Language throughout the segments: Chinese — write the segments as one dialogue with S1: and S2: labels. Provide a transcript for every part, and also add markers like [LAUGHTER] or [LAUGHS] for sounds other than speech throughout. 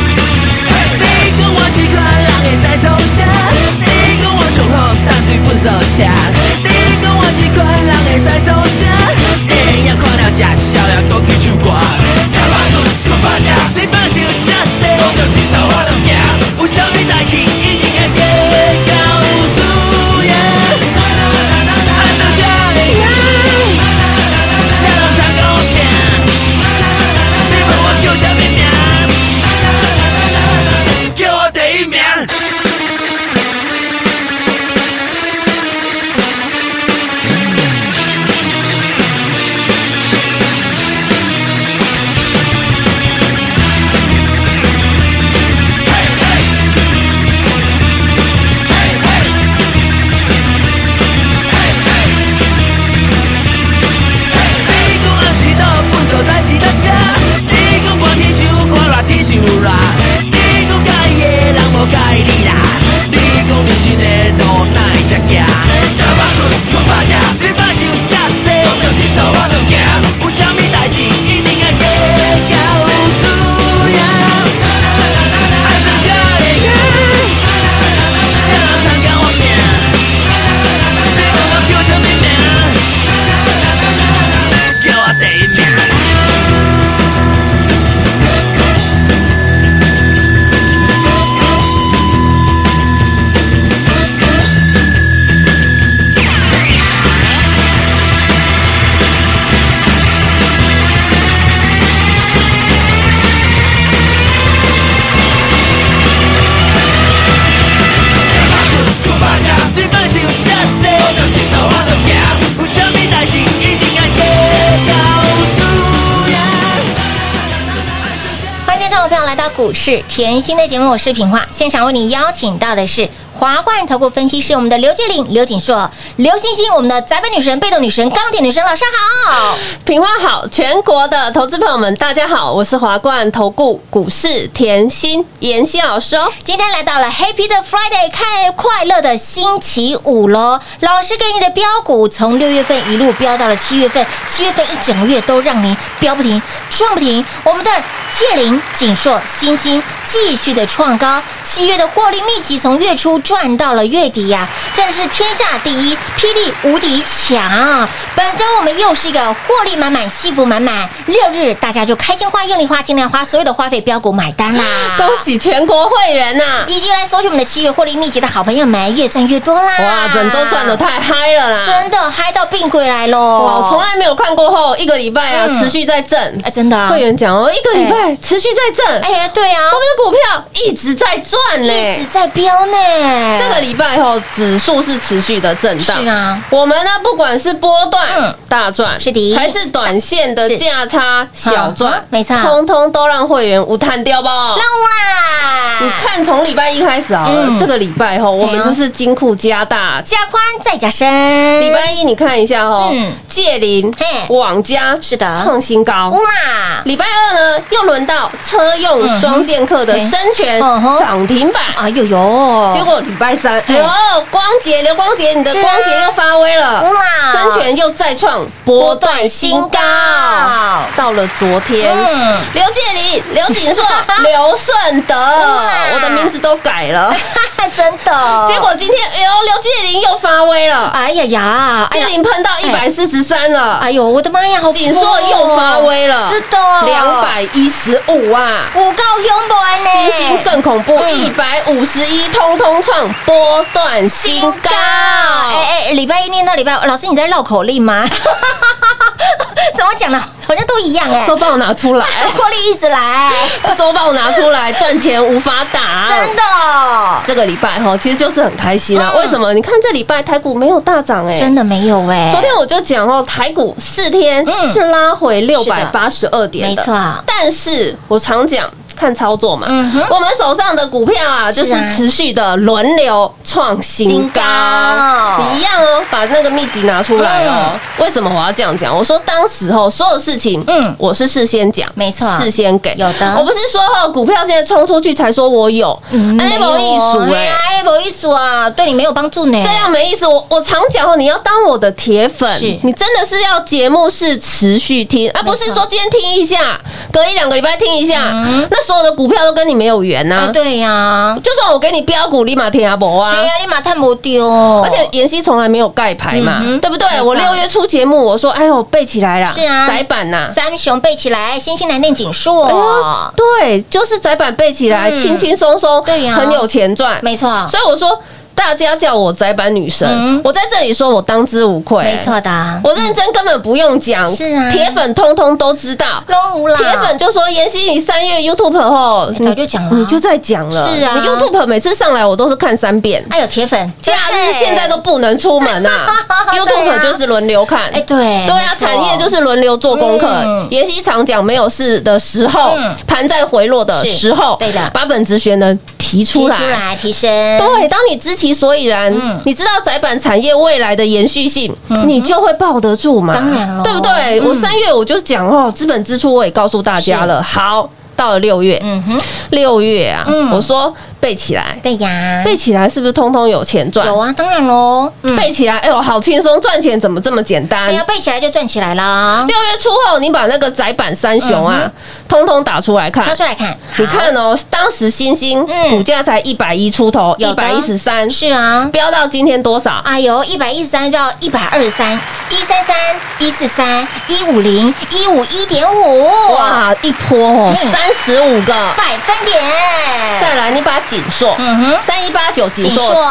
S1: 你跟我几个人也在偷笑，你跟我雄厚但对不手枪。你跟我几个人也在偷笑，你要看了吃笑了，讲起手歌。吃饱困，困饱吃，你放想这多，讲到尽头我都惊。有啥物代志一定会计较输赢。爱上这的爱，谁人通甲我拼？你问我叫啥物名？叫我第一名。你讲暗时倒，分手才是咱吃。你讲寒天想看热天想热，你讲介意的人无介意你啦。你讲人生的路哪会这行？吃饱困，困饱吃，你莫想这多，讲到尽头我就行。有啥物代志一定要计较输赢。爱上这的人，谁人通甲我拼？你问我叫啥物名？叫我第一名。出发吃，你莫想这多，讲到尽头我就行。有啥物代志一定要计较输赢。
S2: 欢迎听众朋友来到股市甜心的节目，我是品化，现场为你邀请到的是华冠投顾分析师我们的刘介玲、刘锦硕、刘欣欣，我们的宅本女神、被动女神、钢铁女神，老师好。
S3: 品花好，全国的投资朋友们，大家好，我是华冠投顾股市甜心妍希老师哦。
S2: 今天来到了 Happy 的 Friday，快快乐的星期五喽！老师给你的标股从六月份一路飙到了七月份，七月份一整个月都让您飙不停、赚不停。我们的界林、锦硕、星星继续的创高，七月的获利秘籍从月初赚到了月底呀、真的是天下第一，霹雳无敌强啊！本周我们又是一个获利满满、幸福满满，六日大家就开心花、用力花、尽量花，所有的花费标股买单啦！
S3: 恭喜全国会员呐、
S2: 以及来索取我们的七月获利秘籍的好朋友们，越赚越多啦！
S3: 哇，本周赚的太嗨了啦！
S2: 真的嗨到病鬼来喽！
S3: 哇，我从来没有看过后一个礼拜啊，
S2: 嗯
S3: 持续在挣。
S2: 哎，真的啊
S3: 会员讲哦，一个礼拜持续在挣，
S2: 哎呀，对啊
S3: 我，们的股票一直在赚嘞
S2: 一直。在飙呢。
S3: 这个礼拜后指数是持续的震荡，
S2: 哎是啊
S3: 我们呢，不管是波段、
S2: 嗯
S3: 大赚，
S2: 是的
S3: 还是短线的
S2: 是
S3: 价差小
S2: 嗯
S3: 赚
S2: 嗯，没错
S3: 通通都让会员无探掉
S2: 任
S3: 吧。
S2: 务啦！
S3: 你看，从礼拜一开始好了，
S2: 嗯
S3: 这个礼拜后我
S2: 哎
S3: 们
S2: 呦
S3: 就是金库加大。
S2: 加宽再加深，
S3: 礼拜一你看一下哦
S2: 嗯，
S3: 借林
S2: 嘿、
S3: 网家
S2: 是的
S3: 创新高
S2: 乌。啦！
S3: 礼拜二呢，又轮到车用
S2: 嗯哼
S3: 双剑客的
S2: 嘿
S3: 生全
S2: 嗯哼
S3: 涨停板。
S2: 哎呦呦，
S3: 结果礼拜三，
S2: 嘿
S3: 哦，光洁刘光洁，你的
S2: 是啊
S3: 光洁又发威了
S2: 哇，
S3: 生全又再创波段新高
S2: 波段新。
S3: 到了昨天，
S2: 嗯 [LAUGHS]
S3: 刘介林、刘锦硕、刘顺德，
S2: 哇哎
S3: 我的名字都改了。
S2: 真的，
S3: 结果今天，哎呦，刘介林又发威了，
S2: 哎呀呀，哎
S3: 介
S2: 呀，
S3: 林碰到一百四十三了，
S2: 哎呦，我的妈呀，好
S3: 锦
S2: 恐怖
S3: 硕
S2: 哦
S3: 又发威了，
S2: 是的，
S3: 两百一十五啊。
S2: 五告拥不完呢，
S3: 实行更恐怖，一
S2: 嗯
S3: 百五十一通通创波段新高。
S2: 哎 [LAUGHS] 哎哎，礼拜一念到礼拜五，老师你在绕口令吗？怎么讲呢？好像都一样哎、
S3: 周报拿出来，
S2: 获利一直来，
S3: [LAUGHS] 周报拿出来，赚钱无法打。
S2: 真的，
S3: 这个礼拜哈，其实就是很开心啊。
S2: 嗯
S3: 为什么？你看这礼拜台股没有大涨哎、
S2: 真的没有哎、
S3: 昨天我就讲哦，台股四天
S2: 嗯
S3: 是拉回六百八十二点
S2: 没
S3: 的
S2: 错，
S3: 但是我常讲看操作嘛，
S2: 嗯哼
S3: 我们手上的股票啊，就是持续的轮流创新
S2: 新
S3: 高，
S2: 高
S3: 一样哦，把那个秘籍拿出来哦。为什么我要这样讲？我说当时候所有事情，
S2: 嗯
S3: 嗯，我是事先讲，
S2: 没错
S3: 事先给
S2: 有的
S3: 我不是说哦，股票现在冲出去才说我有，
S2: 嗯
S3: 哎，没意思哎。
S2: 哎，某一数啊，对你没有帮助呢，
S3: 这样没意思。我我常讲哦，你要当我的铁粉
S2: 是，
S3: 你真的是要节目是持续听，啊而、不是
S2: 没错
S3: 说今天听一下，隔一两个礼拜听一下，那所有的股票都跟你没有缘呐、
S2: 哎，对呀，
S3: 就算我给你标股，立马听阿伯啊
S2: 哎。呀，你马探不丢，
S3: 而且妍希从来没有盖牌嘛
S2: 嗯，哼
S3: 对不对
S2: 没？错
S3: 我六月初节目我说，哎呦背起来啦，
S2: 是啊，
S3: 窄版呐、
S2: 三雄背起来，新兴来念锦哦硕
S3: 哎，呦，对，就是窄版背起来，
S2: 嗯
S3: 轻轻松松，
S2: 对呀
S3: 很有钱赚，
S2: 没错，
S3: 所以我说，大家叫我宅版女神，
S2: 嗯
S3: 我在这里说我当之无愧、
S2: 没错的啊，
S3: 我认真根本不用讲，
S2: 是啊
S3: 铁粉通通都知道。
S2: 龙无啦，
S3: 铁粉就说：“妍希，你三月 YouTube 后，
S2: 早就讲了啊
S3: 你就在讲了。
S2: 是啊
S3: 你 YouTube 每次上来我都是看三遍。
S2: 哎呦，铁粉，
S3: 假日
S2: 对
S3: 现在都不能出门啊
S2: [LAUGHS] 对啊
S3: ，YouTube 就是轮流看。
S2: 哎，对，对
S3: 对啊，产业就是轮流做功课
S2: 嗯。
S3: 妍希常讲，没有事的时候
S2: 嗯，
S3: 盘在回落的
S2: 是
S3: 时候，
S2: 对的
S3: 把本职学能提出
S2: 出
S3: 来。
S2: 来提升，
S3: 对，当你知其所以然，
S2: 哎嗯
S3: 你知道窄板产业未来的延续性，你就会抱得住嘛。
S2: 当然咯
S3: 对不对？
S2: 嗯
S3: 我三月我就讲哦，资本支出我也告诉大家了。好，到了六月，
S2: 嗯哼，
S3: 六月啊
S2: 嗯，
S3: 我说背起来，
S2: 对呀，
S3: 背起来是不是通通有钱赚
S2: 有？啊，当然喽，嗯，
S3: 背起来，哎呦，好轻松，赚钱怎么这么简单
S2: 对？哎呀，背起来就赚起来啦，
S3: 六月初后，你把那个窄板三雄啊，通通打出来看
S2: 嗯挑。出来看，
S3: 啊你看哦，当时星星
S2: 嗯
S3: 股价才一百一出头，
S2: 有
S3: 一
S2: 的
S3: 百一十三，
S2: 是啊。
S3: 飙到今天多少？
S2: 哎呦，一百一十三到一百二十三，一三三，一四三，一五零，一五一点五，哇，
S3: 哇，一波哦，
S2: 嗯
S3: 三十五个。
S2: 百分点，
S3: 再来，你把锦硕，
S2: 嗯哼，
S3: 三一八九锦
S2: 锦
S3: 硕
S2: 硕，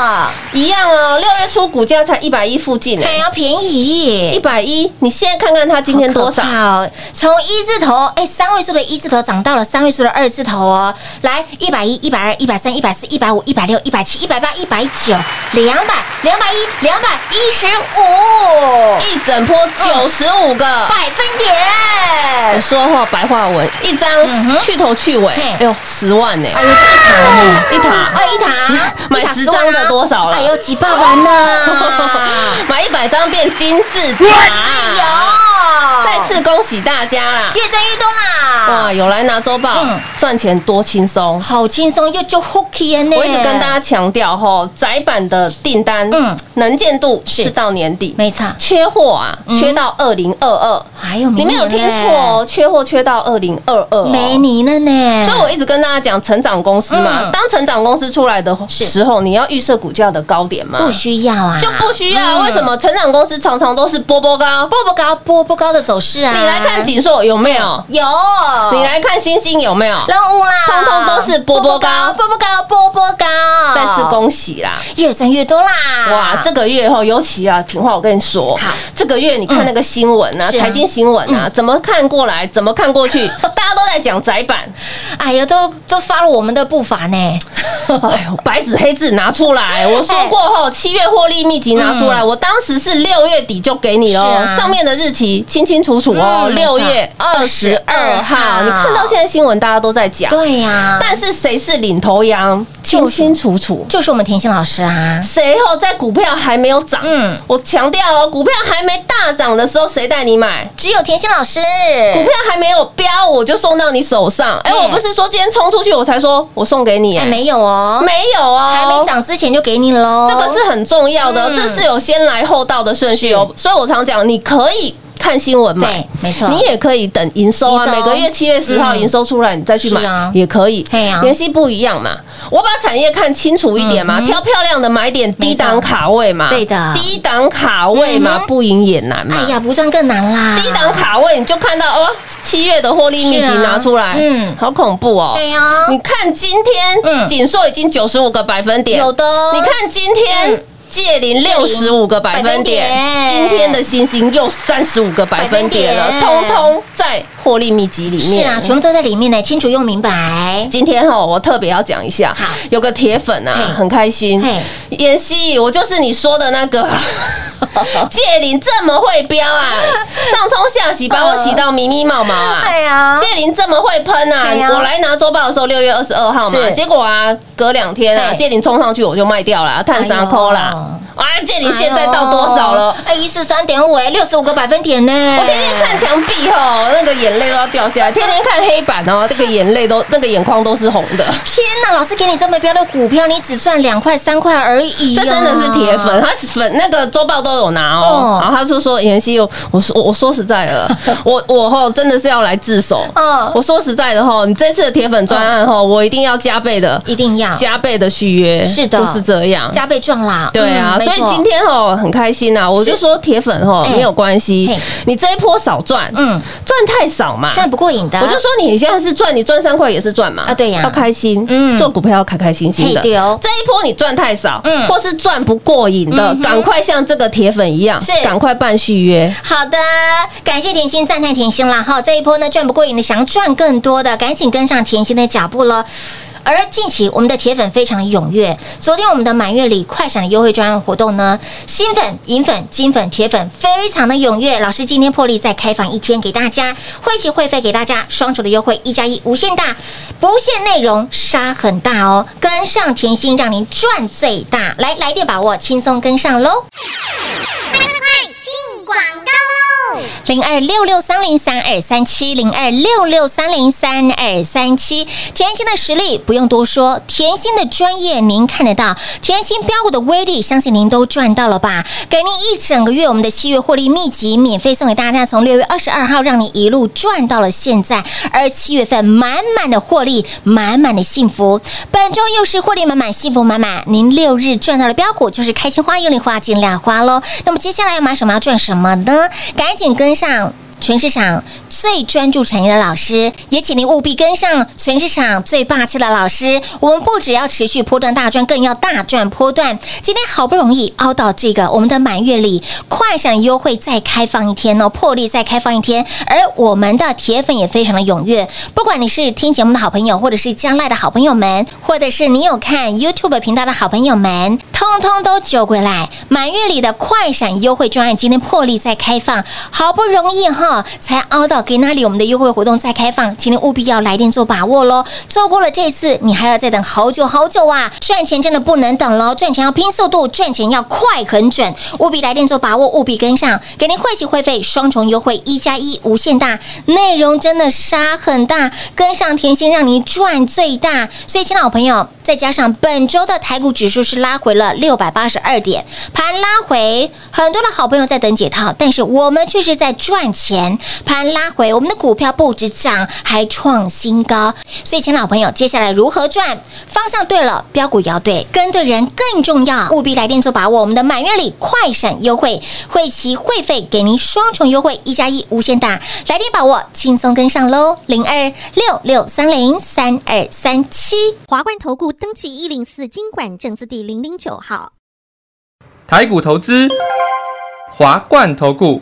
S3: 一样哦，六月初股价才一百一附近
S2: 还
S3: 哎，
S2: 要便宜，
S3: 一百一，你现在看看它今天多少
S2: 好可？怕哦？从一字头，哎，三位数的一字头涨到了三位数的二字头哦。来，一百一、一百二、一百三、一百四、一百五、一百六、一百七、一百八、一百九、两百、两百一、两百一十五，
S3: 一整波
S2: 嗯
S3: 九十五个。
S2: 百分
S3: 我
S2: 点。
S3: 说话白话文，一张
S2: 嗯哼
S3: 去头去尾，
S2: 嘿
S3: 哎呦，十万呢，
S2: 哎呦，这一塔呢？
S3: 一塔
S2: 哎，一塔
S3: 买
S2: 一塔
S3: 十
S2: 万啊
S3: 张的多少了
S2: 哎呦，几百万
S3: [LAUGHS]
S2: 呢？
S3: 买一百张变金字塔。
S2: 有，
S3: 再次恭喜大家啦！
S2: 哎越赚越多啦
S3: 哇，，有来拿周报
S2: 哎嗯，
S3: 赚钱多轻松。
S2: 好轻松又就 hooky 呢。
S3: 我一直跟大家强调吼，窄版的订单，
S2: 嗯
S3: 嗯，能见度
S2: 是
S3: 是到年底，
S2: 没差，
S3: 缺货啊
S2: 嗯，欸
S3: 缺到二零二二，
S2: 还有
S3: 你没有听错哦，缺货缺到二零二二，
S2: 没你了呢。
S3: 哦所以我一直跟大家讲，成长公司嘛
S2: 嗯，
S3: 当成长公司出来的时候，你要预设股价的高点嘛，
S2: 不需要啊，
S3: 就不需要。
S2: 嗯
S3: 为什么成长公司常常都是波波高？
S2: 波不高波不高的走势啊。
S3: 你来看锦硕有没有？
S2: 有，嗯
S3: 你来看星星有没有？
S2: 任务啦，
S3: 通通都是波波高
S2: 波波高波波高，
S3: 再次恭喜啦！
S2: 越赚越多啦。
S3: 哇，这个月哈，尤其啊，品话我跟你说
S2: 啊好，嗯
S3: 这个月你看那个新闻啊，
S2: 是啊
S3: 财经新闻啊，怎么看过来，怎么看
S2: [LAUGHS]
S3: 过去，大家都在讲窄板，
S2: 哎呀，都都发了我们的步伐呢。
S3: 哎呦，白纸黑字拿出
S2: 哎
S3: 来，我说过后，七月获利秘籍拿出来，我当时是六月底就给你
S2: 嗯是
S3: 哦，
S2: 啊
S3: 上面的日期清清楚楚哦，
S2: 嗯没错
S3: 六月二十二
S2: 号
S3: 号，你看到现在新闻大家都在讲，
S2: 对呀，
S3: 但是谁是领头羊，
S2: 就
S3: 清
S2: 是
S3: 清楚楚。
S2: 就是我们甜心老师啊，
S3: 谁哦，在股票还没有涨，
S2: 嗯
S3: 我强调哦，股票还没大涨的时候，谁带你买？
S2: 只有甜心老师
S3: 股票还没有飙，我就送到你手上。哎、
S2: 嗯
S3: 我不是说今天冲出去我才说我送给你、哎
S2: 还没有哦，
S3: 没有哦，
S2: 还没涨之前就给你喽。
S3: 这个是很重要的，
S2: 嗯
S3: 这是有先来后到的顺序哦。所以我常讲，你可以看新闻买
S2: 对，，没错，
S3: 你也可以等营收啊，
S2: 营收
S3: 每个月七月十号
S2: 嗯
S3: 营收出来，你再去买
S2: 是啊
S3: 也可以。
S2: 对啊
S3: 联系不一样嘛，我把产业看清楚一点嘛，
S2: 嗯哼
S3: 挑漂亮的买点，
S2: 没错
S3: 低档卡位嘛，
S2: 对的
S3: 低档卡位
S2: 嗯
S3: 嘛
S2: 哼，
S3: 不赢也难嘛
S2: 哎。呀，不赚更难啦。
S3: 低档卡位，你就看到哦，七月的获利秘籍
S2: 是啊
S3: 拿出来，
S2: 嗯
S3: 嗯，好恐怖哦。
S2: 对呀
S3: 你看今
S2: 嗯
S3: 天锦硕已经九十五个百分点，
S2: 有的哦
S3: 你看今天
S2: 嗯
S3: 借零六十五个百分点
S2: 百分，点
S3: 今天的星星又三十五个百分点
S2: 百
S3: 了，
S2: 分点
S3: 通通在获利秘籍里
S2: 是
S3: 面。
S2: 啊，全部都在里面呢，清楚又明 [LAUGHS] 白。
S3: 今天哈，我特别要讲一下
S2: 好，
S3: 有个铁粉啊
S2: 嘿，
S3: 很开心
S2: 嘿，
S3: 妍希，我就是你说的那个啊 [LAUGHS]
S2: 啊
S3: 借灵这么会飙
S2: [LAUGHS]
S3: 啊，上冲下洗把我洗到迷迷毛毛啊。
S2: 哎呀
S3: 借灵这么会喷啊！
S2: 对啊
S3: 我来拿周报的时候，六月二十二号嘛，
S2: 是
S3: 结果啊，隔两天啊，
S2: 对
S3: 借灵冲上去我就卖掉了，探啥抠啦！啊，借灵现在到多少了？？
S2: 哎，一四三点五，哎，六十五个百分点呢。
S3: 我天天看墙壁吼，那个眼泪都要掉
S2: 哎
S3: 下来；天天看黑板哦，这个眼泪都那个眼眶都是红的。
S2: 天哪，老师给你这么标的股票，你只赚两块三块而已哦呀、
S3: 这真的是铁粉，他粉那个周报都有拿哦
S2: 哦。
S3: 然后他就说妍希，我我说我我说实在
S2: [LAUGHS]
S3: 的，我我吼真的是要来自首。
S2: 嗯
S3: 我说实在的吼，你这次的铁粉专案吼，我一定要加倍的，
S2: 一定要
S3: 加倍的续约，
S2: 是的
S3: 就是这样。
S2: 加倍赚啦。
S3: 对啊，
S2: 嗯没
S3: 所以
S2: 错
S3: 今天吼很开心呐，我就说铁粉吼
S2: 哎
S3: 没有关系
S2: 嘿，
S3: 你这一波少赚，
S2: 嗯，
S3: 赚太少嘛，
S2: 虽然不过瘾的，
S3: 我就说你现在是赚，你赚三块也是赚嘛。
S2: 啊对呀
S3: 要开心。
S2: 嗯
S3: 做股票要开开心心的。
S2: 嘿对哦
S3: 这一波你赚太少，
S2: 嗯
S3: 或是赚不过瘾的
S2: 嗯，哼
S3: 赶快像这个铁粉一样
S2: 是，
S3: 赶快办续约。
S2: 好的，感谢甜心，赞叹甜心啦！哈，这一波呢赚不过瘾的，想要赚更多的，赶紧跟上甜心的脚步喽。而近期我们的铁粉非常踊跃，昨天我们的满月礼快闪的优惠专案活动呢，新粉、银粉、金粉、铁粉非常的踊跃。老师今天破例再开放一天给大家，会期会费给大家双重的优惠，一加一无限大，不限内容，杀很大哦！跟上甜心，让您赚最大，来来电把握，轻松跟上喽。零二六六三零三二三七零二六六三零三二三七。甜心的实力不用多说，甜心的专业您看得到，甜心标股的威力，相信您都赚到了吧？给您一整个月我们的七月获利秘籍免费送给大家，从六月二十二号让你一路赚到了现在，而七月份满满的获利，满满的幸福。本周又是获利满满，幸福满满，您六日赚到了标股就是开心花、有你花、尽量花喽。那么接下来要买什么要赚什么呢？赶紧跟上。全市场最专注产业的老师，也请您务必跟上全市场最霸气的老师。我们不只要持续波段大赚，更要大赚波段。今天好不容易熬到这个我们的满月里，快闪优惠再开放一天哦，破例再开放一天。而我们的铁粉也非常的踊跃，不管你是听节目的好朋友，或者是将来的好朋友们，或者是你有看 YouTube 频道的好朋友们，通通都揪回来。满月里的快闪优惠专案今天破例再开放，好不容易哈才熬到给那里我们的优惠活动再开放，请您务必要来电做把握喽。错过了这次，你还要再等好久好久啊！赚钱真的不能等喽，赚钱要拼速度，赚钱要快很准，务必来电做把握，务必跟上，给您会期会费双重优惠，一加一无限大，内容真的杀很大，跟上甜心让您赚最大。所以，亲老朋友，再加上本周的台股指数是拉回了六百八十二点，盘拉回，很多的好朋友在等解套，但是我们却是在赚钱。盘拉回，我们的股票不止涨，还创新高。所以，亲老朋友，接下来如何赚？方向对了，标股也要对，跟对人更重要。务必来电做把握，我们的满月礼快闪优惠，会期会费给您双重优惠，一加一无限大，来电把握，轻松跟上喽，零二六六三零三二三七。
S4: 华冠投顾登记一零四经管证字第零零九号。
S5: 台股投资，华冠投顾。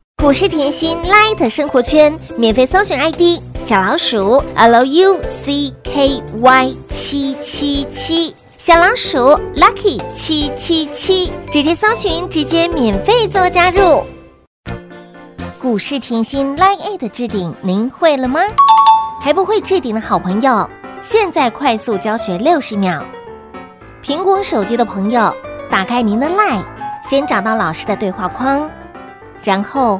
S4: 股市甜心 Light 生活圈免费搜寻 ID 小老鼠 lucky 七七七，小老鼠 Lucky 七七七，直接搜寻，直接免费做加入。股市甜心 Line 的置顶，您会了吗？还不会置顶的好朋友，现在快速教学六十秒。苹果手机的朋友，打开您的 LINE，先找到老师的对话框，然后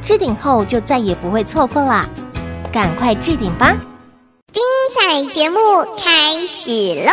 S4: 置顶后就再也不会错过啦，赶快置顶吧！
S6: 彩节目开始喽！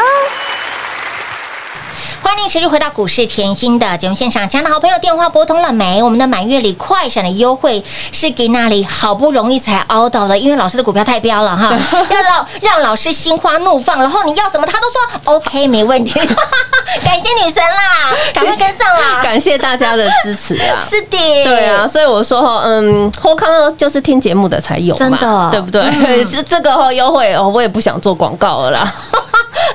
S2: 欢迎持续回到股市甜心的节目现场，亲爱的好朋友，电话拨通了没？我们的满月礼快闪的优惠是给那里好不容易才熬到的，因为老师的股票太飙了
S6: [LAUGHS]
S2: 哈，要让让老师心花怒放，然后你要什么他都说 OK 没问题， [LAUGHS] 感谢女神啦，赶快跟上啦！
S3: 感谢大家的支持
S2: [LAUGHS]
S3: 啊！
S2: 是的，
S3: 对啊，，所以我说哈，嗯，后康呢就是听节目的才有嘛，
S2: 真的嗯
S3: 对不对？ [LAUGHS] 这这个哦优惠哦，我也不想做广告
S2: [LAUGHS]
S3: 了啦。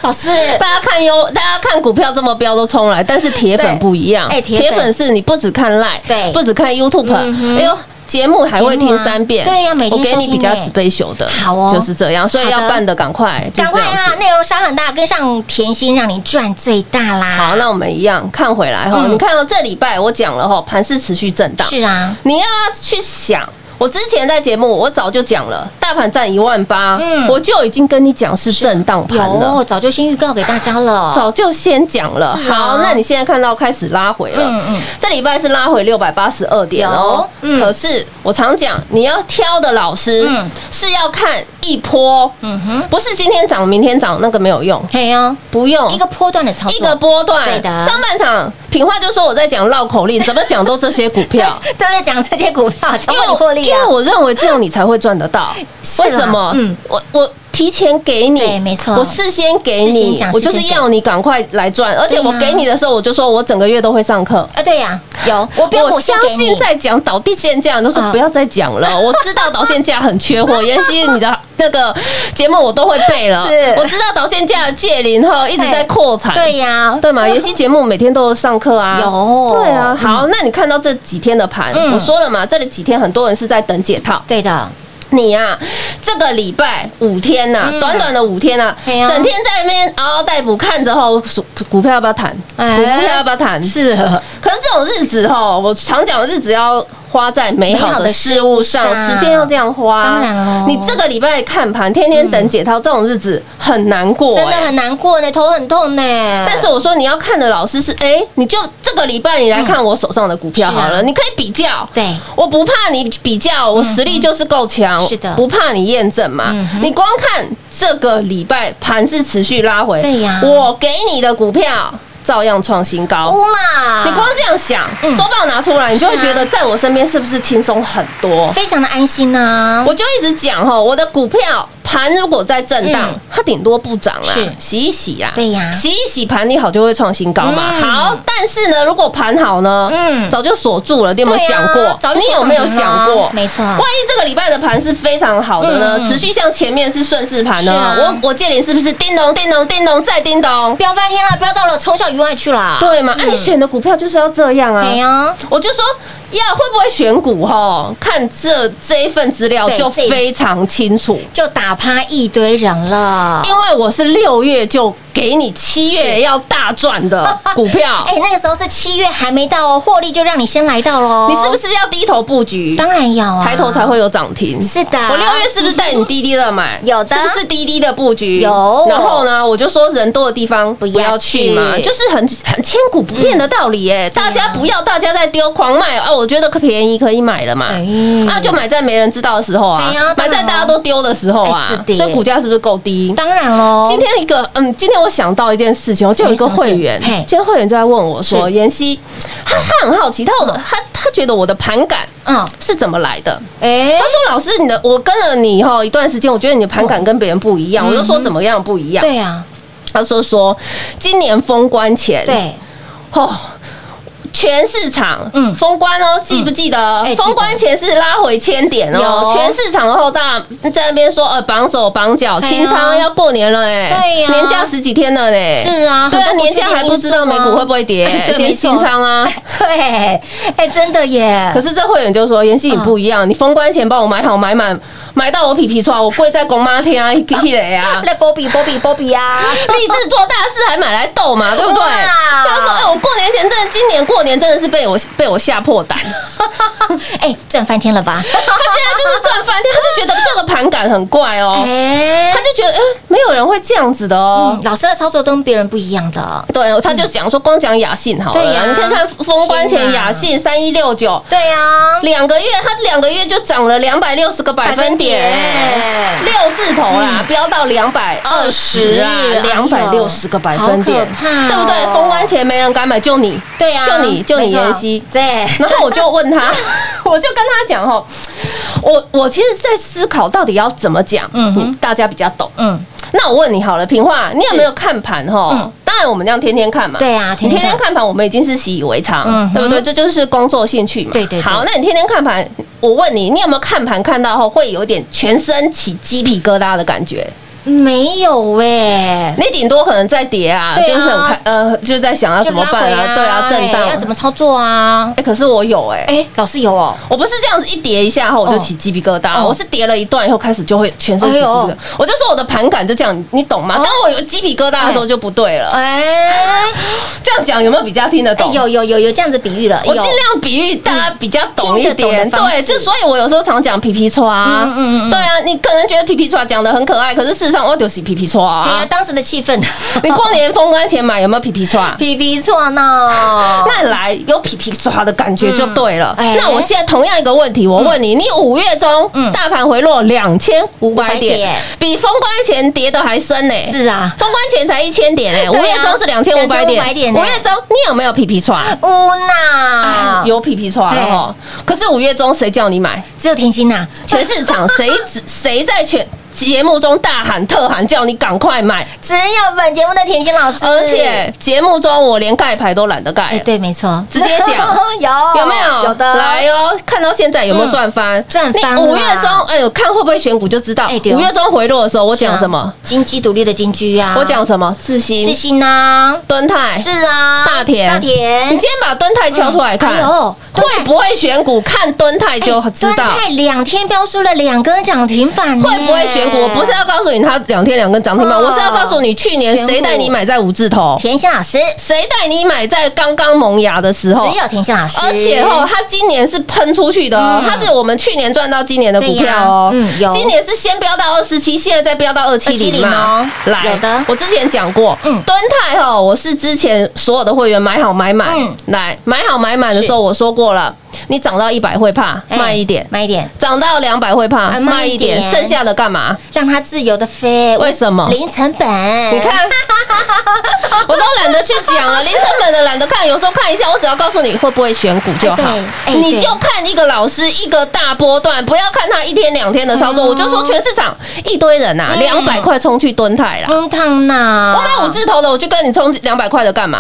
S2: 老师
S3: 大家看优，大家看股票这么飙都冲来，但是铁粉不一样，
S2: 对哎铁粉
S3: 是你不只看 Line，
S2: 对
S3: 不只看 YouTube，
S2: 嗯哼
S3: 哎呦。节目还会
S2: 节目
S3: 听
S2: 啊
S3: 三遍，
S2: 对呀每天
S3: 我给你
S2: 收听
S3: 比较
S2: 耶
S3: special 的，
S2: 好哦
S3: 就是这样，所以
S2: 好的
S3: 要办的赶快，就
S2: 赶
S3: 这
S2: 快
S3: 样
S2: 啊，
S3: 子。
S2: 内容杀很大，跟上甜心，让你赚最大啦！
S3: 好，那我们一样看回来哈，
S2: 嗯
S3: 你看到这礼拜我讲了哈，盘势持续震荡，
S2: 是啊，
S3: 你要去想。我之前在节目，我早就讲了，大盘占一万八，
S2: 嗯
S3: 我就已经跟你讲是震荡盘了
S2: 有，啊早就先预告给大家了，
S3: 早就先讲了。
S2: 是啊
S3: 好，那你现在看到开始拉回了，
S2: 嗯嗯
S3: 这礼拜是拉回六百八十二点哦。
S2: 有嗯
S3: 可是我常讲，你要挑的老师、
S2: 嗯
S3: 是要看一波，
S2: 嗯哼，
S3: 不是今天涨明天涨，那个没有用，
S2: 嘿哦，
S3: 不用
S2: 一个波段的操作，
S3: 一个波段，
S2: 对的
S3: 上半场品话就说我在讲绕口令，怎么讲都这些股
S2: [LAUGHS]
S3: 票。
S2: 都在讲这些股票，强
S3: 因为
S2: 迫你获利
S3: 因
S2: 啊
S3: 为！我认为这样你才会赚得到。
S2: 是啦
S3: 为什么？
S2: 嗯
S3: 嗯，我我提前给你，
S2: 对没错
S3: 我事先给
S2: 事先
S3: 你
S2: 讲，
S3: 我就是
S2: 事先给
S3: 要你赶快来赚。而且
S2: 对啊
S3: 我给你的时候，我就说我整个月都会上课。
S2: 啊，对呀，有我标股
S3: 我
S2: 先
S3: 相
S2: 给你
S3: 信在讲倒地限价，你都
S2: 嗯
S3: 说不要再讲了。
S2: [LAUGHS]
S3: 我知道倒限价很缺货，妍希你的那个节目我都会背了。
S2: [LAUGHS] 是
S3: 我知道倒限价的借零后一直在扩产。
S2: 对呀，[LAUGHS]
S3: 对嘛？妍希节目每天都有上课啊，
S2: 有
S3: 对啊。好，那你看到这几天的盘
S2: 嗯，
S3: 我说了嘛，这里几天很多人是在等解套。
S2: 对的，
S3: 你啊，这个礼拜五天呐、
S2: 嗯
S3: 短短的五天呐、
S2: 嘿啊
S3: 整天在那边嗷嗷待哺，看着吼，股股票要不要谈？
S2: 哎
S3: 股票要不要谈？
S2: 是
S3: 可是这种日子吼，我常讲的日子要花在美
S2: 美
S3: 好
S2: 好
S3: 的
S2: 的
S3: 事物
S2: 事物
S3: 上，
S2: 上
S3: 时间要这样花。
S2: 当然咯
S3: 你这个礼拜看盘，天天等解套，这种日子很难过、
S2: 真的
S3: 哎
S2: 很难过呢，头很痛呢。
S3: 但是我说你要看的老师是，哎、你就这个礼拜你来看我手上的股票好
S2: 是
S3: 了，
S2: 啊
S3: 你可以比较。
S2: 对，嗯
S3: 我不怕你比较，我实力就是够强、
S2: 是的
S3: 不怕你验证嘛。
S2: 嗯哼
S3: 你光看这个礼拜盘是持续拉回，
S2: 对呀
S3: 我给你的股票照样创新高。
S2: 乌啦，
S3: 你光这样想，
S2: 嗯
S3: 周报拿出来，你就会
S2: 是啊
S3: 觉得在我身边是不是轻松很多？
S2: 非常的安心啊呢。
S3: 我就一直讲哈，我的股票盘如果在震荡，
S2: 嗯
S3: 它顶多不涨啦
S2: 是，
S3: 洗一洗啊，
S2: 对呀
S3: 洗一洗盘你好就会创新高嘛。
S2: 嗯
S3: 好，但是呢，如果盘好呢，
S2: 嗯
S3: 早就锁住了，你有没有
S2: 对啊
S3: 想过？
S2: 早就
S3: 你
S2: 锁
S3: 有没有
S2: 上门
S3: 想
S2: 了
S3: 过？
S2: 没错
S3: 万一这个礼拜的盘是非常好的呢，
S2: 嗯嗯
S3: 持续像前面是顺势盘
S2: 是啊
S3: 呢，我我建林是不是叮咚叮咚叮咚再叮咚？
S2: 飙翻天了，飙到了冲向云外去了。
S3: 对嘛？那啊哎你选的股票就是要这样啊。
S2: 嗯对呀，
S3: 我就说要会不会选股哈，看这这一份资料
S2: 对
S3: 就
S2: 这一
S3: 非常清楚。
S2: 就打趴一堆人了。
S3: 因为我是六月就给你七月要大赚的股票 [LAUGHS]
S2: 哎、，那个时候是七月还没到哦，获利就让你先来到喽。
S3: 你是不？是要低头布局，
S2: 当然要啊，
S3: 抬头才。会有涨停？
S2: 是的，
S3: 我六月是不是带你低低的 [LAUGHS] 买？
S2: 有的
S3: 是不是低低的布局？
S2: 有
S3: 然后呢，我就说人多的地方
S2: 不
S3: 不
S2: 要
S3: 要去嗯嘛，
S2: 去
S3: 就是很很千古不变的道理耶。大家不要，大家在丢狂卖啊！我觉得可便宜可以买了嘛
S2: 哎，
S3: 那啊就买在没人知道的时候啊
S2: 哎呀，当
S3: 买
S2: 然
S3: 在大家都丢的时候
S2: 哎是
S3: 啊
S2: 的，
S3: 所以股价是不是够低？
S2: 当然喽。
S3: 今天一个，嗯，今天我想到一件事情，我哦就有一个会员，
S2: 哎什么事嘿
S3: 今天会员就在问我说：“
S2: 是
S3: 妍希，他他很好奇，他我的他他觉得我的盘感
S2: 嗯，
S3: 是怎么来的？”
S2: 哎、
S3: 他说：“老师，你的我跟了你哈一段时间，我觉得你的盘感跟别人不一样。”我就说：“怎么样不一样
S2: 对呀、啊，？”
S3: 哎他说：“说今年封关前，
S2: 对，
S3: 哦，全市场，
S2: 嗯
S3: 嗯，封关哦，记不记得？
S2: 哎记得
S3: 封关前是拉回千点
S2: 有，
S3: 哦全市场后大在那边说，呃，绑手绑脚，
S2: 哎呀
S3: 清仓要过年了哎，
S2: 对呀
S3: 年假十几天了嘞，
S2: 是啊
S3: 对啊，
S2: 很多不确
S3: 年
S2: 定
S3: 假还不知道
S2: 因素
S3: 美
S2: 啊，
S3: 股会不会跌
S2: [LAUGHS] 对没
S3: 先
S2: 错
S3: 清仓啊。
S2: 对，哎，真的耶，
S3: 可是这会员就说：“妍希，你不一
S2: 嗯
S3: 样，你封关前帮我买好买满，买到我皮皮穿，我跪在公妈天啊，一嘞啊，
S2: 那波比波比波比啊呀，
S3: [LAUGHS] 立志做大事还买来斗嘛，对不对？”
S2: 哇
S3: 他说：“哎，我过年前真的，今年过年真的是被我被我吓破胆， [LAUGHS]
S2: 哎，赚翻天了吧？
S3: 他现在就是赚翻天，他就觉得这个盘感很怪哦，
S2: 哎
S3: 他，就觉得嗯，没有人会这样子的哦
S2: 嗯。”老师的操作都跟别人不一样的，
S3: 对，他就想说光讲雅信好
S2: 嗯
S3: 了
S2: 对
S3: 啦，
S2: 呀
S3: 你看看封关前
S2: 天哪
S3: 雅信三一六九
S2: 对啊呀，
S3: 两个月，它两个月就涨了两百六十个百分点。六字头啦，
S2: 嗯
S3: 飙到两百二十啦，两百六十个百分点
S2: 好可，怕哦
S3: 对不对？封关前没人敢买，就你，
S2: 对呀，
S3: 就你，就你
S2: 啊没错
S3: 妍希。
S2: 对，
S3: [LAUGHS] 然后我就问他， [LAUGHS] 我就跟他讲吼，我我其实在思考到底要怎么讲，
S2: 嗯哼
S3: 嗯，大家比较懂。
S2: 嗯，
S3: 那我问你好了，平话，你有没有看盘哈
S2: 嗯？
S3: 当然我们这样天天看嘛，
S2: 对啊
S3: 你
S2: 天天
S3: 天
S2: 看
S3: 天看盘，我们已经是习以为常
S2: 嗯哼，
S3: 对不对？这就是工作兴趣嘛。
S2: 对对对
S3: 好，那你天天看盘，我问你，你有没有看盘看到后会有点全身起鸡皮疙瘩的感觉？
S2: 没有哎，
S3: 你顶多可能在跌啊，
S2: 对啊
S3: 就是很开，呃，就是在想要怎么办
S2: 就拉回
S3: 啊？对啊，震荡
S2: 哎要怎么操作啊？
S3: 哎，可是我有哎。
S2: 哎，老师有哦，
S3: 我不是这样子一叠一下后我就起鸡皮疙瘩，
S2: 哦
S3: 我是叠了一段以后开始就会全身起鸡皮疙
S2: 哎
S3: 瘩
S2: 呦，哦
S3: 我就说我的盘感就这样，你懂吗？当我有鸡皮疙瘩的时候就不对了。
S2: 哎，
S3: 这样讲有没有比较听得
S2: 哎
S3: 懂？
S2: 有有有有这样子比喻了，
S3: 我
S2: 有
S3: 尽量比喻大家比较懂一
S2: 听得懂
S3: 点，
S2: 的方式
S3: 对，就所以，我有时候常讲皮皮刷啊，
S2: 嗯嗯嗯嗯
S3: 对啊，你可能觉得皮皮刷讲的很可爱，可是事实上我就是皮皮刷
S2: 哎呀，
S3: 啊。
S2: 当时的气氛，
S3: 你
S2: [LAUGHS]
S3: 过年封关前买有没有皮皮刷？
S2: 皮皮错呢，
S3: 那来有皮皮刷的感觉就对了。
S2: 哦嗯哎
S3: 那我现在同样一个问题，我问你，你五月中
S2: 嗯
S3: 大盘回落两千五百
S2: 500
S3: 点
S2: 点，
S3: 比封关前跌的还深呢。
S2: 是啊，
S3: 封关前才一千点呢，五
S2: 对啊
S3: 月中是两千五百点，
S2: 2500点呢
S3: 五月中你有没有皮皮刷？
S2: 乌娜
S3: 哎有皮皮刷了哈。可是五月中谁叫你买？
S2: 只有甜心啊
S3: [LAUGHS]
S2: 呐，
S3: 全
S2: [LAUGHS]
S3: 市场谁只谁在全节目中大喊特喊叫你赶快买？
S2: 只有本节目的甜心老师，
S3: 而且节目中我连盖牌都懒得
S2: 哎
S3: 盖，
S2: 对，没错，
S3: 直接讲。
S2: [LAUGHS] 有
S3: 有没有？
S2: 哦有的嗯
S3: 来哦，看到现在有没有赚翻？
S2: 赚翻
S3: 你五
S2: 啦
S3: 月中，哎呦，看会不会选股就知道。
S2: 哎对哦
S3: 五月中回落的时候，我讲什么？？
S2: 金鸡独立的金居啊，
S3: 我讲什么？智新
S2: 自、信呐，
S3: 敦泰。
S2: 是啊，
S3: 大田
S2: 大
S3: 你
S2: 田
S3: 今。天把敦泰敲出来
S2: 哎
S3: 看，
S2: 呦
S3: 会不会选股？看敦泰就知道。
S2: 哎敦泰两天飙出了两根涨停板呢，
S3: 会不会选股？我不是要告诉你它两天两根涨停板，
S2: 嗯哦
S3: 我是要告诉你去年谁带你买在五字头，
S2: 甜心老师，
S3: 谁带你买在刚刚萌芽的时候
S2: 只。有甜心老师，
S3: 而且哦，它今年是喷出去的哦，
S2: 嗯
S3: 它是我们去年赚到今年的股票哦。
S2: 对呀嗯有
S3: 今年是先飙到二十七，现在再飙到二七零
S2: 270哦
S3: 嘛。来，
S2: 有的
S3: 我之前讲过，
S2: 嗯
S3: 敦泰哦，我是之前所有的会员买好买满
S2: 嗯，
S3: 来买好买满的时候我说过了，你涨到一百会怕
S2: 哎
S3: 慢一点，
S2: 慢一点，
S3: 涨到两百会怕
S2: 啊慢
S3: 慢
S2: 一
S3: 一
S2: 点哎
S3: 点，剩下的干嘛？
S2: 让它自由的飞，
S3: 为什么
S2: 零成本，
S3: 你
S2: 你
S3: 看，嗯 [LAUGHS] 我都懒得去讲了，零成本的懒得看，有时候看一下，我只要告诉你会不会选股就好
S2: 哎对哎。
S3: 你就看一个老师一个大波段，不要看他一天两天的操作。
S2: 哦
S3: 我就说全市场一堆人呐，两百块冲去蹲泰啦，
S2: 嗯，烫呐，
S3: 我买五字头的，我就跟你冲两百块
S2: [LAUGHS]
S3: 的干嘛？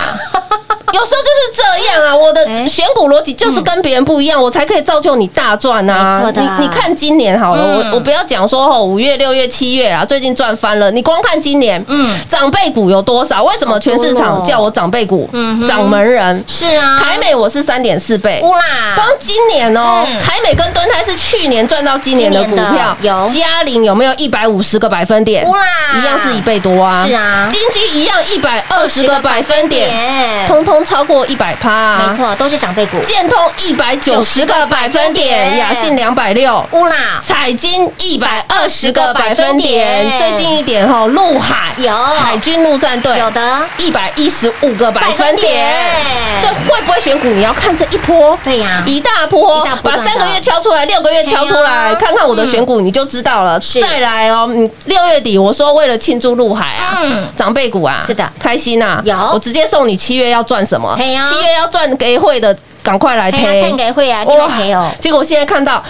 S3: 有时候就是这样啊，我
S2: 哎
S3: 的选股逻辑就是跟别人不一样，我才可以造就你大赚啊
S2: 没错。的
S3: 你你看今年好了，
S2: 嗯
S3: 我我不要讲说哦，五月、六月、七月啊，最近赚翻了。你光看今年，
S2: 嗯
S3: 嗯，长辈股有多少？为什么全市
S2: 好多
S3: 场
S2: 哦
S3: 叫我长辈股
S2: 嗯哼？
S3: 掌门人，
S2: 是啊，
S3: 凯美我是三点四倍。
S2: 乌啦，
S3: 光今年哦
S2: 嗯，
S3: 凯美跟敦泰是去年赚到今年的股
S2: 今年
S3: 票
S2: 的，有
S3: 嘉玲有没有一百五十个百分点？
S2: 乌啦，
S3: 一样是一倍多啊，
S2: 是啊
S3: 金居一样一百二十个百分点，
S2: 点
S3: 通通超过一百趴，啊
S2: 没，错，都是长辈股，
S3: 建通一百九十个百分点，雅信两百六。
S2: 乌啦
S3: 彩金一百二十个百分点，最近一点吼，陆海
S2: 有
S3: 海军陆战队
S2: 哦有的，
S3: 一百一十五个百
S2: 百分
S3: 分
S2: 点
S3: 点，所以会不会选股，你要看这一波，
S2: 对呀
S3: 一大波
S2: 一大，波
S3: 把
S2: 段的
S3: 三个月敲出来，六个月敲出
S2: 对
S3: 来，
S2: 呀嗯
S3: 看看我的选股你就知道了。再来哦，嗯，六月底我说为了庆祝陆海啊
S2: 嗯，
S3: 长辈股啊，
S2: 是的
S3: 开心啊，
S2: 有
S3: 我直接送你七月要赚什么，
S2: 嘿呀
S3: 七月要赚给会的，赶快来
S2: 哎
S3: 推
S2: 呀，看给会啊，给会哦，
S3: 结果现在看到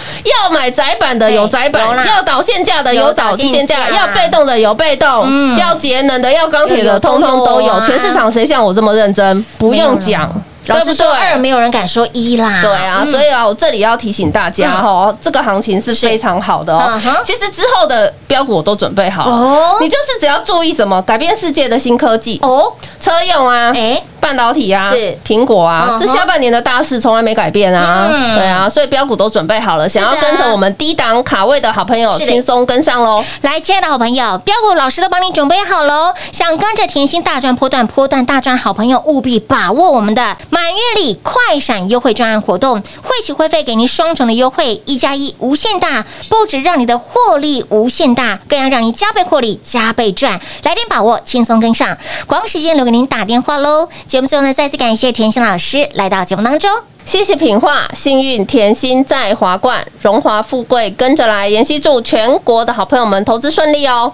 S3: 要买窄版的
S2: 对
S3: 有窄
S2: 有啦
S3: 版，要导线架的有导线架，
S2: 有导线架
S3: 要被动的有被动
S2: 嗯，
S3: 要节能的要钢铁的
S2: 有都有
S3: 通通都
S2: 啊
S3: 有。全市场谁像我这么认真？不
S2: 没有
S3: 用
S2: 了
S3: 讲，
S2: 老
S3: 对
S2: 师
S3: 不对
S2: 说二，没有人敢说一啦。嗯
S3: 对啊，所以啊，我这里要提醒大家哦，这个行情是非常好的哦
S2: 嗯哼。
S3: 其实之后的标股我都准备好了，
S2: 哦
S3: 你就是只要注意什么，改变世界的新科技、
S2: 哦，
S3: 车用啊，
S2: 哎，
S3: 半导体啊，
S2: 是
S3: 苹果啊
S2: 嗯哼，
S3: 这下半年的大势从来没改变啊，
S2: 嗯
S3: 对啊，所以标股都准备好了，想
S2: 的
S3: 要跟着我们低档卡位的好朋友
S2: 是的
S3: 轻松跟上喽。
S2: 来，亲爱的好朋友，标股老师都帮你准备好喽。想跟着甜心大赚、波段、波段大赚，好朋友务必把握我们的满月礼快闪优惠专案活动，汇起会费给您双重的优惠，一加一无限大，不止让你的获利无限大，更要让你加倍获利、加倍赚。来点把握，轻松跟上。广告时间留给您打电话喽。节目最后呢，再次感谢甜心老师来到节目当中。
S3: 谢谢品画，幸运甜心在华冠，荣华富贵跟着来。妍希祝全国的好朋友们投资顺利哦。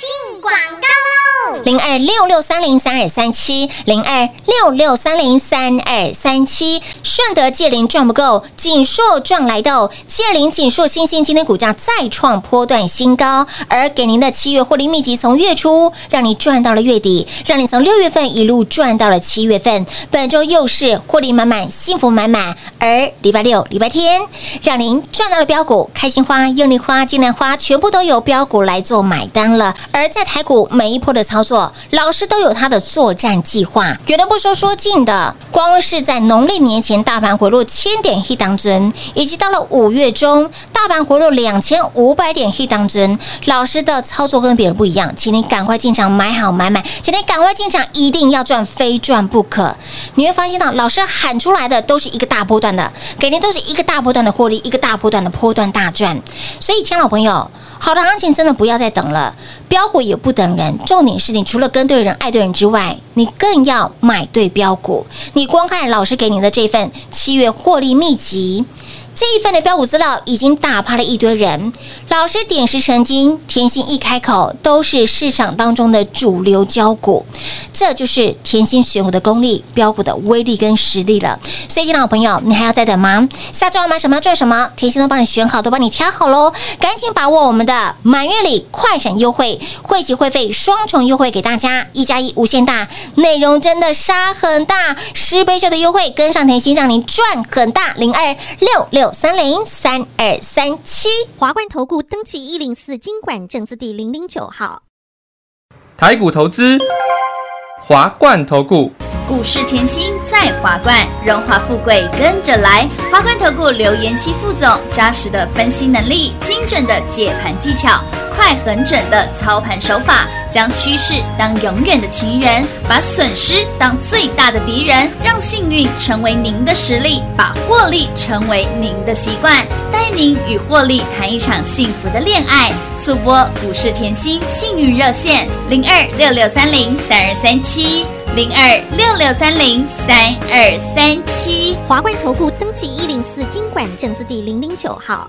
S6: 进广告喽！
S2: 零二六六三零三二三七，零二六六三零三二三七。顺德借零赚不够，锦硕赚来的。借零锦硕新兴今天股价再创波段新高，而给您的七月获利秘籍从月初让你赚到了月底，让你从六月份一路赚到了七月份。本周又是获利满满，幸福满满。而礼拜六、礼拜天，让您赚到了标股，开心花、用力花、金兰花，全部都有标股来做买单了。而在台股每一波的操作，老师都有他的作战计划，有的不说说尽的。光是在农历年前，大盘回落千点一当中，以及到了五月中，大盘回落两千五百点一当中，老师的操作跟别人不一样，请你赶快进场买好买满，请你赶快进场，一定要赚，非赚不可。你会发现到老师喊出来的都是一个大波段的，给您都是一个大波段的获利，一个大波段的波段大赚。所以，亲爱的朋友，好的行情真的不要再等了，标股也不等人。重点是你除了跟对人、爱对人之外，你更要买对标股。你光看老师给你的这份七月获利秘籍。这一份的标股资料已经打趴了一堆人，老师点石成金，甜心一开口都是市场当中的主流标股，这就是甜心选股的功力、标股的威力跟实力了。所以，新老朋友，你还要再等吗？下周要买什么赚什么，甜心都帮你选好，都帮你挑好喽，赶紧把握我们的满月礼快闪优惠，汇集会费双重优惠给大家，一加一无限大，内容真的杀很大，十倍秀的优惠，跟上甜心，让您赚很大。零二六六三零三二三七。
S6: 华冠投顾登记一零四经管证字第零零九号，
S5: 台股投资，华冠投顾。
S7: 股市甜心在华冠，荣华富贵跟着来。华冠投顾刘延熙副总，扎实的分析能力，精准的解盘技巧，快狠准的操盘手法，将趋势当永远的情人，把损失当最大的敌人，让幸运成为您的实力，把获利成为您的习惯，带您与获利谈一场幸福的恋爱。速播股市甜心幸运热线零二六六三零三二三七。零二六六三零三二三七。
S6: 华冠投顾登记一零四经管证字第零零九号，